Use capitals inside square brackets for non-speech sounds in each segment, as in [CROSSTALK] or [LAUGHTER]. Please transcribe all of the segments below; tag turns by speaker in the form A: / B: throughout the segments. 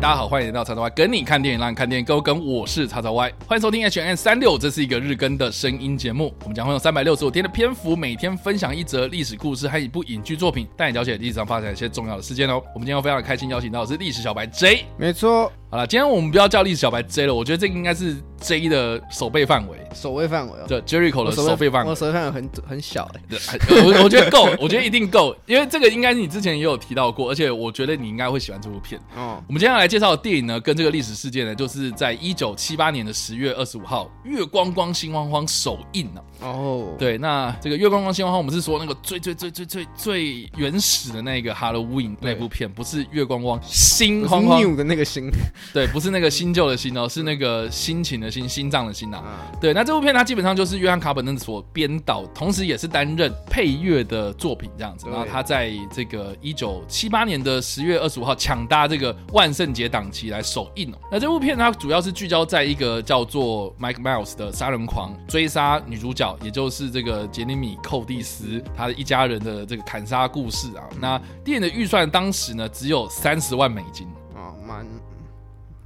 A: 大家好，欢迎来到叉叉 Y 跟你看电影，让你看电影更跟。我是叉叉 Y，欢迎收听 H N 三六，这是一个日更的声音节目。我们将会用三百六十五天的篇幅，每天分享一则历史故事和一部影剧作品，带你了解历史上发生的一些重要的事件哦。我们今天非常开心邀请到的是历史小白 J。
B: 没错，
A: 好了，今天我们不要叫历史小白 J 了，我觉得这个应该是 J 的手背范围，
B: 守卫范围哦。
A: 对 Jericho 的
B: 我
A: 手背范围
B: 我。守卫范围很很小哎、
A: 对我我觉得够，我觉得一定够，因为这个应该你之前也有提到过，而且我觉得你应该会喜欢这部片。
B: 哦，
A: 我们接下来介绍的电影呢，跟这个历史事件呢，就是在一九七八年的十月二十五号，《月光光心慌慌》首映了、
B: 哦，，
A: 对，那这个《月光光心慌慌》，我们是说那个最最最最最最原始的那个 Halloween 那
B: 对
A: 部片，不是《月光光心
B: 我
A: 慌
B: 是
A: 慌》，
B: new 的那
A: [LAUGHS]
B: 个星
A: 对，不是那个新旧的新哦，是那个心情的心，心脏的心呐、
B: 啊，
A: 对，那这部片它基本上就是约翰卡本顿所编导，同时也是担任配乐的作品这样子。
B: 对
A: 然后他在这个一九七八年的十月二十五号抢搭这个万圣节档期来首映哦。那这部片它主要是聚焦在一个叫做 Mike Miles 的杀人狂追杀女主角，也就是这个杰尼米寇蒂斯他的一家人的这个砍杀故事啊。那电影的预算当时呢只有三十万美金，
B: 哦，蛮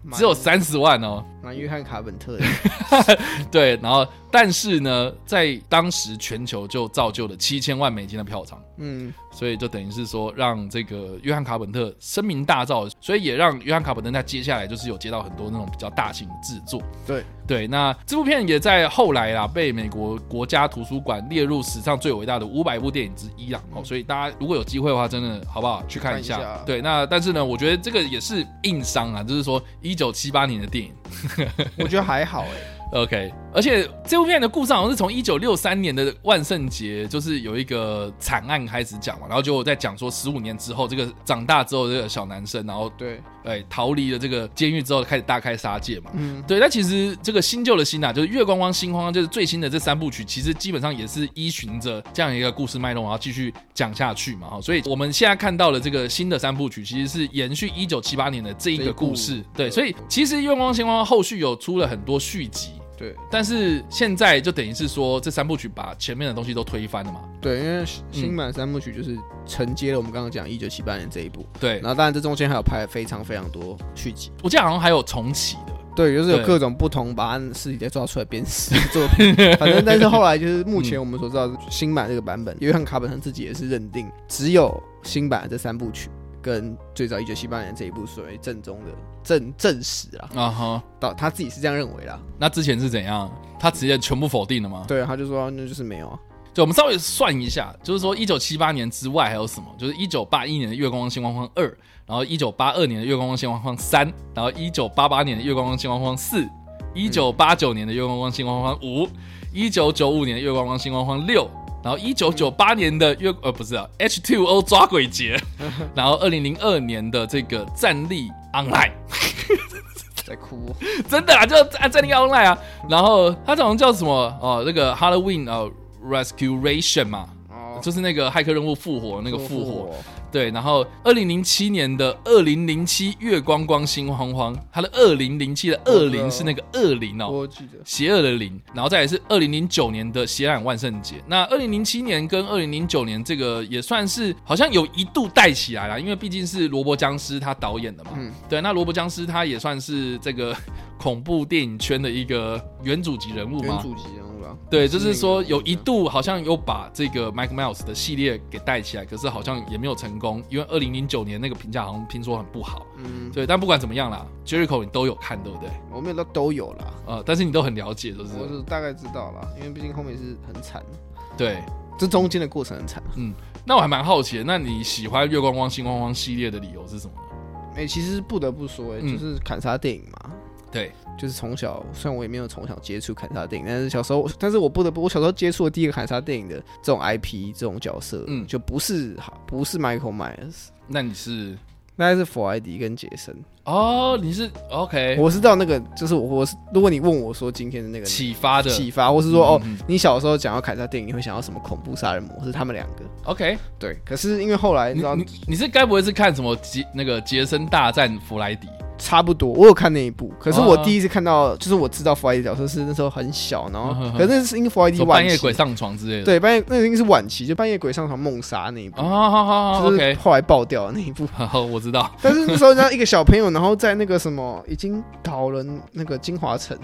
B: 蛮
A: 只有三十万哦。
B: 蛮约翰卡本特的， [LAUGHS]
A: 对，然后但是呢，在当时全球就造就了七千万美金的票房，
B: 嗯，
A: 所以就等于是说让这个约翰卡本特声名大噪，所以也让约翰卡本特他接下来就是有接到很多那种比较大型的制作。
B: 对
A: 对，那这部片也在后来啦被美国国家图书馆列入史上最伟大的五百部电影之一啦。哦，所以大家如果有机会的话，真的好不好去看一下？
B: 看一下
A: 对，那但是呢，我觉得这个也是硬伤啊，就是说一九七八年的电影。
B: 我觉得还好哎、
A: [LAUGHS] OK，而且这部片的故事好像是从一九六三年的万圣节，就是有一个惨案开始讲嘛，然后就在讲说十五年之后，这个长大之后这个小男生，然后
B: 对，
A: 哎逃离了这个监狱之后，开始大开杀戒嘛。
B: 嗯，
A: 对，那其实这个新旧的新啊，就是《月光光》《心慌慌》，就是最新的这三部曲，其实基本上也是依循着这样一个故事脉络，然后继续讲下去嘛。哦哈，所以我们现在看到的这个新的三部曲，其实是延续一九七八年的这一
B: 这
A: 个
B: 一部
A: 故事。对，所以其实《月光光》《心慌慌》后续有出了很多续集。
B: 对
A: 但是现在就等于是说，这三部曲把前面的东西都推翻了嘛？
B: 对，因为
A: 嗯
B: 新版三部曲就是承接了我们刚刚讲一九七八年这一部，
A: 对
B: 然，后当然这中间还有拍了非常非常多续集，
A: 我记得好像还有重启的。
B: 对，就是
A: 对
B: 有各种不同把案尸体再抓出来鞭尸的作品，反正但是后来就是目前我们所知道的新版这个版本，约翰卡本特自己也是认定只有新版的这三部曲跟最早一九七八年这一部所谓正宗的正正史啊，
A: 啊哈，
B: 到他自己是这样认为啦。
A: 那之前是怎样？他直接全部否定了吗？
B: 对，他就说那就是没有啊，
A: 就我们稍微算一下，就是说一九七八年之外还有什么？就是一九八一年的《月光光心慌慌二》，然后一九八二年的《月光光心慌慌三》，然后一九八八年的《月光光心慌慌四》，一九八九年的《月光光心慌慌五》，一九九五年的《月光光心慌慌六》。然后一九九八年的月呃不是啊 H two O 抓鬼节，然后二零零二年的这个战力 online， [LAUGHS]
B: 在哭。
A: 真的啊，就啊战力 online 啊，然后它好像叫什么哦那个 Halloween 呃 Rescuration 嘛，
B: 哦，
A: 就是那个骇客任务复活那
B: 那
A: 个复活，对。然后二零零七年的二零零七月光光心慌慌，它的二零零七的二
B: 我
A: 零
B: 的
A: 是那个恶灵哦，
B: 我记得
A: 邪恶的灵。然后再来是二零零九年的血染万圣节。那二零零七年跟二零零九年这个也算是好像有一度带起来了，因为毕竟是罗伯僵尸他导演的嘛。
B: 嗯
A: 对，那罗伯僵尸他也算是这个 [LAUGHS] 恐怖电影圈的一个原主级人物嘛
B: 原。主级人物了。
A: 对，就是说有一
B: 度。
A: 度好像有把这个 Mike Miles 的系列给带起来，可是好像也没有成功，因为二零零九年那个评价好像听说很不好。
B: 嗯，
A: 对，但不管怎么样啦，Jericho 你都有看对不对？
B: 我没有到都有啦，
A: 呃，但是你都很了解，就是
B: 我是大概知道啦，因为毕竟后面是很惨，
A: 对。
B: 这中间的过程很惨啊。
A: 那我还蛮好奇的，那你喜欢月光光、星光光系列的理由是什么呢？
B: 哎、其实不得不说、哎、
A: 嗯
B: 就是砍杀电影嘛，
A: 对，
B: 就是从小，虽然我也没有从小接触砍杀电影，但是小时候，但是我不得不，我小时候接触的第一个砍杀电影的这种 IP 这种角色，
A: 嗯
B: 嗯，就不是不是 Michael Myers，
A: 那你是
B: 那是弗莱迪跟杰森。
A: 哦，你是 OK
B: 我是到那个，就是我我是，如果你问我说今天的那个
A: 启发的
B: 启发，或是说哦
A: 嗯嗯，
B: 你小时候讲到砍杀电影，你会想到什么恐怖杀人魔？是他们两个。
A: OK，
B: 哎对，可是因为后来你
A: 你
B: 知道，
A: 你你是该不会是看什么杰那个杰森大战弗莱迪？
B: 差不多，我有看那一部，可是我
A: 啊
B: 第一次看到，就是我知道弗莱迪角色是那时候很小，然后
A: 嗯哼哼
B: 可是那是因为弗莱迪
A: 说半
B: 晚
A: 夜
B: 期
A: 鬼，上床之类的。
B: 对，半夜那个应该是晚期，就半夜鬼上床梦杀那一部
A: 啊，，好好好好
B: 就是
A: ，OK，
B: 后来爆掉的
A: [LAUGHS]
B: 那一部。
A: 好，我知道。
B: 但是那时候，然后一个小朋友，然后在那个什么，已经逃了那个金华城，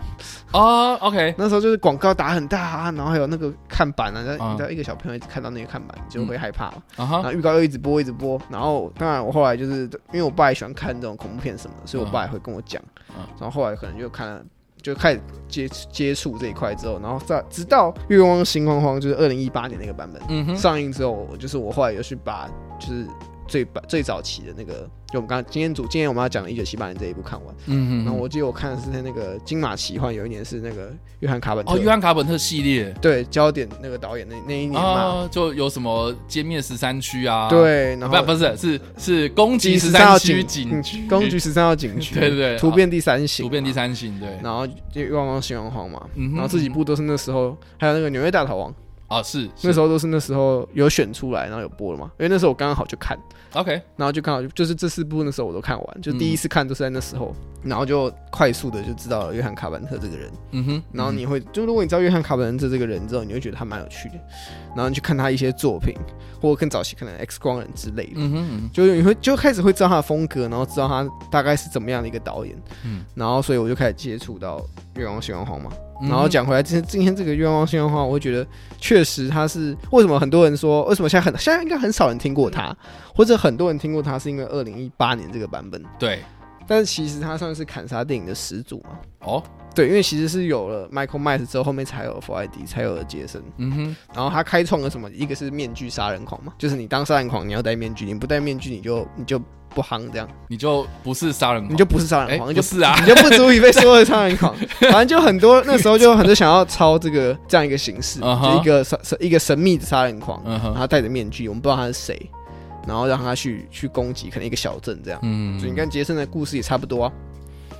A: 啊，OK，
B: 那时候就是广告打很大啊，然后还有那个看板啊，然后
A: 啊
B: 你知道一个小朋友一直看到那个看板就会害怕嘛，
A: 啊
B: 然
A: 哈，
B: 后预告又一直播一直播，然后当然我后来就是因为我爸也喜欢看这种恐怖片什么的，所以我
A: 嗯
B: 爸也会跟我讲
A: 嗯，
B: 然后后来可能就看了。就开始接接触这一块之后，然后再直到《月光心慌慌》就是二零一八年那个版本，
A: 嗯哼，
B: 上映之后，我就是我后来又去把就是最版最早期的那个，就我们刚刚今天主今天我们要讲的《一九七八年》这一部看完。
A: 嗯
B: 然
A: 哼，
B: 后我记得我看的是那个《金马奇幻》，有一年是那个约翰卡本特，
A: 哦，约翰卡本特系列
B: 对焦点那个导演那那一年嘛，
A: 啊，就有什么歼灭十三区啊，，
B: 对，然后
A: 不不是是是 [LAUGHS] 攻击十
B: 13号
A: 三区
B: 警
A: 警
B: 嗯
A: 局，
B: 攻击十三号警局，
A: [LAUGHS] 对对对
B: 突变第三型，
A: 突变第，三型，对，
B: 然后就《旺旺新王皇》嘛。
A: 嗯哼
B: 然后这几部都是那时候，还有那个《纽约大逃亡》，
A: 啊是是
B: 那时候都是那时候有选出来，然后有播了嘛。因为那时候我刚刚好就看，
A: OK，
B: 然后就刚好就是这四部那时候我都看完，
A: 嗯
B: 就第一次看都是在那时候，然后就快速的就知道了约翰卡本特这个人。
A: 嗯哼，
B: 然后你会就如果你知道约翰卡本特这个人之后，你会觉得他蛮有趣的。然后你去看他一些作品，或者更早期可能《X 光人》之类的，
A: 嗯哼，嗯哼
B: 就你会就开始会知道他的风格，然后知道他大概是怎么样的一个导演。
A: 嗯
B: 然后所以我就开始接触到《月光喜欢黄》嘛。
A: 嗯，
B: 然后讲回来，今天今天这个《月光喜欢黄》，我会觉得确实他是为什么很多人说为什么现在很现在应该很少人听
A: 嗯
B: 过他，或者很多人听过他是因为二零一八年这个版本，
A: 对，
B: 但是其实他算是砍杀电影的始祖嘛。
A: 哦，
B: 对，因为其实是有了 Michael Myers 之后，后面才有 Freddy，才有了杰森。
A: 嗯哼，
B: 然后他开创了什么？一个是面具杀人狂嘛，就是你当杀人狂，你要戴面具，你不戴面具，你就你就不夯这样，
A: 你就不是杀人狂，
B: 你就不是杀人
A: 哎
B: 狂，你
A: 不
B: 就是
A: 啊，
B: [LAUGHS] 你就不足以被说为杀人狂。反正就很多那时候就有很多想要抄这个这样一个形式，
A: 嗯
B: 就
A: 哼
B: 一个神神一个神秘的杀人狂，
A: 嗯
B: 然
A: 哼，
B: 后戴着面具，我们不知道他是谁，然后让他去去攻击可能一个小镇这样。
A: 嗯，
B: 所以你看杰森的故事也差不多啊，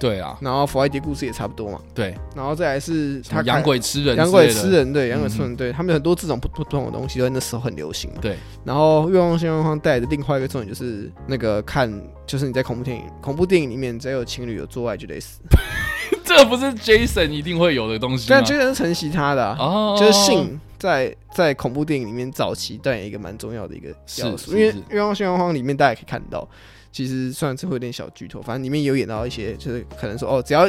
A: 对啊，
B: 然后弗莱迪故事也差不多嘛，
A: 对，
B: 然后再来是
A: 什
B: 他
A: 么
B: 看
A: 养鬼吃人，
B: 洋鬼吃，人对，洋鬼
A: 嗯
B: 吃人对，他们有很多这种不不同的东西都在那时候很流行嘛。
A: 对，
B: 然后《月光新东方》带来的另外一个重点就是那个看，就是你在恐怖电影恐怖电影里面只要有情侣有做爱就得死，
A: [LAUGHS] 这不是 Jason 一定会有的东西吗
B: 但？这个是承袭他的、啊，
A: 哦，
B: 就是性在在恐怖电影里面早期扮演一个蛮重要的一个要
A: 是
B: 素，
A: 是
B: 因为
A: 是
B: 《月光新东方》里面大家也可以看到，其实虽然这会有点小剧透，反正里面有演到一些就是可能说哦，只要。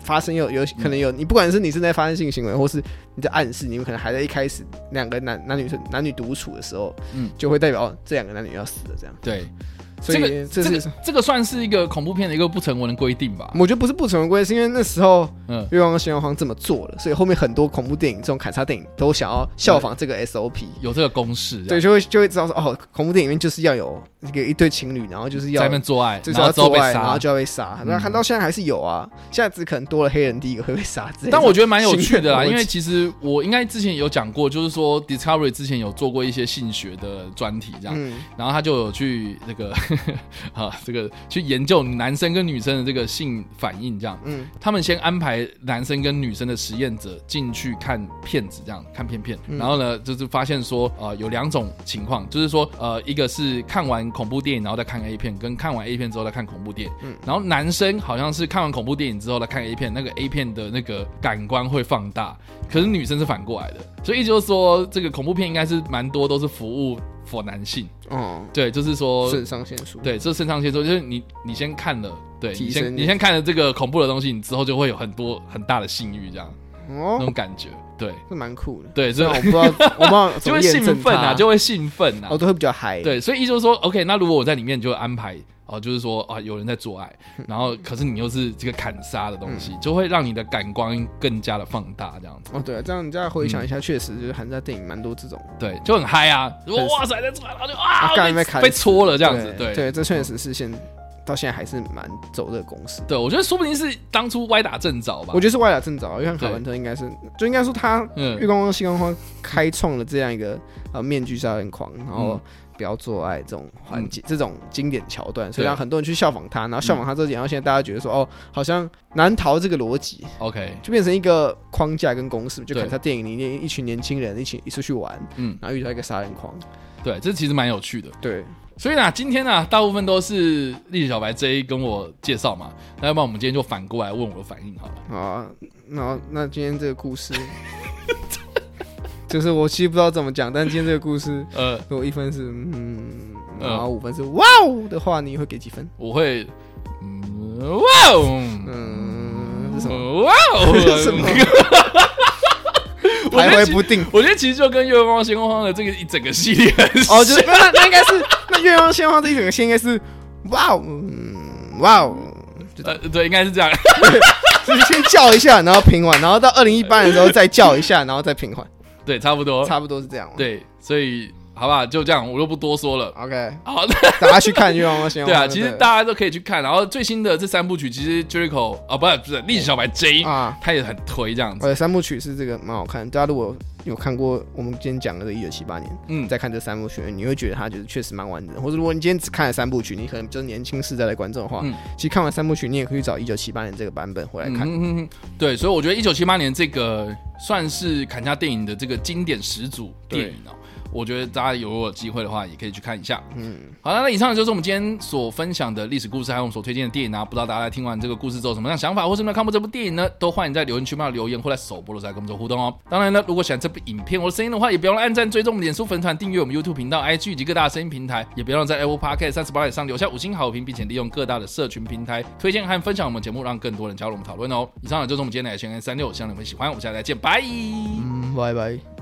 B: 发生有有
A: 嗯
B: 可能有你，不管是你正在发生性行为，或是你在暗示，你们可能还在一开始两个男男女生男女独处的时候，
A: 嗯
B: 就会代表哦，这两个男女要死了这样。
A: 对，
B: 所
A: 这
B: 以
A: 个这
B: 这是
A: 个这个算是一个恐怖片的一个不成文的规定吧？
B: 我觉得不是不成文规，是因为那时候
A: 嗯
B: 《月光新闻荒》这么做了，所以后面很多恐怖电影这种砍杀电影都想要效仿这个 SOP，、
A: 有这个公式，
B: 对，，就会就会知道说哦，恐怖电影里面就是要有那个一对情侣，然后就是
A: 在
B: 要
A: 那边做爱，
B: 就是
A: 然后
B: 要
A: 之后
B: 做
A: 被
B: 爱，然后
A: 杀。嗯
B: 就要被杀。那、看到现在还是有啊，现在只可能多了黑人第一个会被杀之类的。
A: 但我觉得蛮有趣的啦，
B: [LAUGHS] 新的逻辑
A: 因为其实我应该之前有讲过，就是说 Discovery 之前有做过一些性学的专题，这样，
B: 嗯，
A: 然后他就有去那个 [LAUGHS] 啊，这个去研究男生跟女生的这个性反应，这样。
B: 嗯
A: 他们先安排男生跟女生的实验者进去看片子，这样看片片，
B: 嗯
A: 然后呢，就是发现说，呃，有两种情况，就是说，呃，一个是看完恐怖电影然后再看 A 片，跟看完 A 片之后再看恐怖电影。
B: 嗯
A: 然后男生好像是看完恐怖电影之后再看 A 片，那个 A 片的那个感官会放大，可是女生是反过来的，所以就是说，这个恐怖片应该是蛮多都是服务 for 男性，
B: 哦，
A: 对，就是说
B: 肾上腺素，
A: 对，这肾上腺素就是你你先看了，对
B: 提
A: 你
B: 升
A: 先
B: 你
A: 你先看了这个恐怖的东西，你之后就会有很多很大的性欲，这样、那
B: 哦，
A: 种感觉，对
B: 这蛮酷的。
A: 对，
B: 虽
A: 所
B: 然
A: 以
B: 我不知道，我不知道怎
A: [LAUGHS] 就
B: 么
A: 会
B: 验
A: 兴
B: 证哦
A: 奋
B: 它
A: 啊，就会兴奋啊
B: 我，都会比较嗨。
A: 对，所以意思就是说，OK，那如果我在里面就会安排哦、就是说啊、有人在做爱，然后可是你又是这个砍杀的东西，
B: 嗯
A: 就会让你的感官更加的放大，这样子，
B: 哦，对、啊，这样你再回想
A: 嗯
B: 一下，确、实就是韩家电影蛮多这种，
A: 对，就很嗨啊，如果
B: 很
A: 哇塞在做爱，然后就啊
B: 啊干
A: 被
B: 被砍
A: 被
B: 死
A: 戳了这样子，对
B: 对，这确实是现到现在还是蛮走这个公式。
A: 对我觉得说不定是当初歪打正着吧，
B: 我觉得是歪打正着，约啊翰卡文特应该是，就应该说他
A: 嗯
B: 月光光、星光光开创了这样一个呃面具杀人狂，然后
A: 嗯
B: 不要做爱这种环节、这种经典桥段，所以
A: 对嗯
B: 让很多人去效仿他，然后效仿他之后，然后现在大家觉得说哦，好像难逃这个逻辑，
A: ，OK，
B: 就变成一个框架跟公式，就
A: 对
B: 看他电影里面一群年轻人一起一起出去玩，
A: 嗯。
B: 然后遇到一个杀人狂，
A: 对，这其实蛮有趣的。
B: 对，
A: 所以呢，今天呢，大部分都是历史小白 J 跟我介绍嘛，那要不然我们今天就反过来问我的反应好了。
B: 好啊，然后那今天这个故事， [LAUGHS] 就是我其实不知道怎么讲，但今天这个故事，
A: 呃，
B: 如果一分是嗯，
A: 嗯
B: 然后五分是哇哦的话，你会给几分？
A: 我会，嗯，哇哦，
B: 嗯，呃是什么？
A: 哇
B: [LAUGHS]
A: 哦，
B: 是什么
A: 我觉
B: 徘
A: 得
B: 徊
A: 其
B: 不定。
A: 我觉得其实就跟月光星空的这个一整个系列很
B: 哦，就是
A: 像
B: 那那应该是 [LAUGHS] 那月光鲜花这一整个线应该是哇哦，嗯哇哦，就
A: 呃，对，应该是这样。 [LAUGHS]
B: 就是先叫一下，然后平缓，然后到二零一八的时候再叫一下，然后再平缓，
A: 对，差不多。
B: 差不多是这样。
A: 哦对，所以好吧，就这样，我就不多说了。
B: ，OK，
A: 好，
B: 大家去看月光鲜花。
A: [LAUGHS] 对啊，其实大家都可以去看。然后最新的这三部曲，其实 Jericho 啊，不是不是历史小白 J，、
B: 啊，呃
A: 他也很推这样子。
B: 而且三部曲是这个蛮好看，大家如果有看过我们今天讲的这一九七八年，
A: 嗯，
B: 再看这三部曲，你会觉得它就是确实蛮完整的。或者如果你今天只看了三部曲，你可能就是年轻世代的观众的话，
A: 嗯
B: 其实看完三部曲，你也可以找一九七八年这个版本回来看。
A: 嗯嗯嗯对，所以我觉得一九七八年这个算是砍价电影的这个经典始祖电影哦。我觉得大家有如果有机会的话，也可以去看一下。嗯，好了，那以上就是我们今天所分享的历史故事，还有我们所推荐的电影啊。不知道大家听完这个故事之后，什么样想法，或是有没有看过这部电影呢？都欢迎在留言区帮我留言，或在首播的时候来跟我们做互动哦。当然呢，如果喜欢这部影片或者声音的话，也不要忘了按赞、追踪我们脸书粉团、订阅我们 YouTube 频道、IG 以及各大声音平台，也不要忘了在 Apple Podcast、三十八上留下五星好评，并且利用各大的社群平台推荐和分享我们节目，让更多人加入我们讨论哦。以上呢就是我们今天的 H N 三六，希望你们喜欢，我们下次再见，拜。
B: 嗯，拜拜。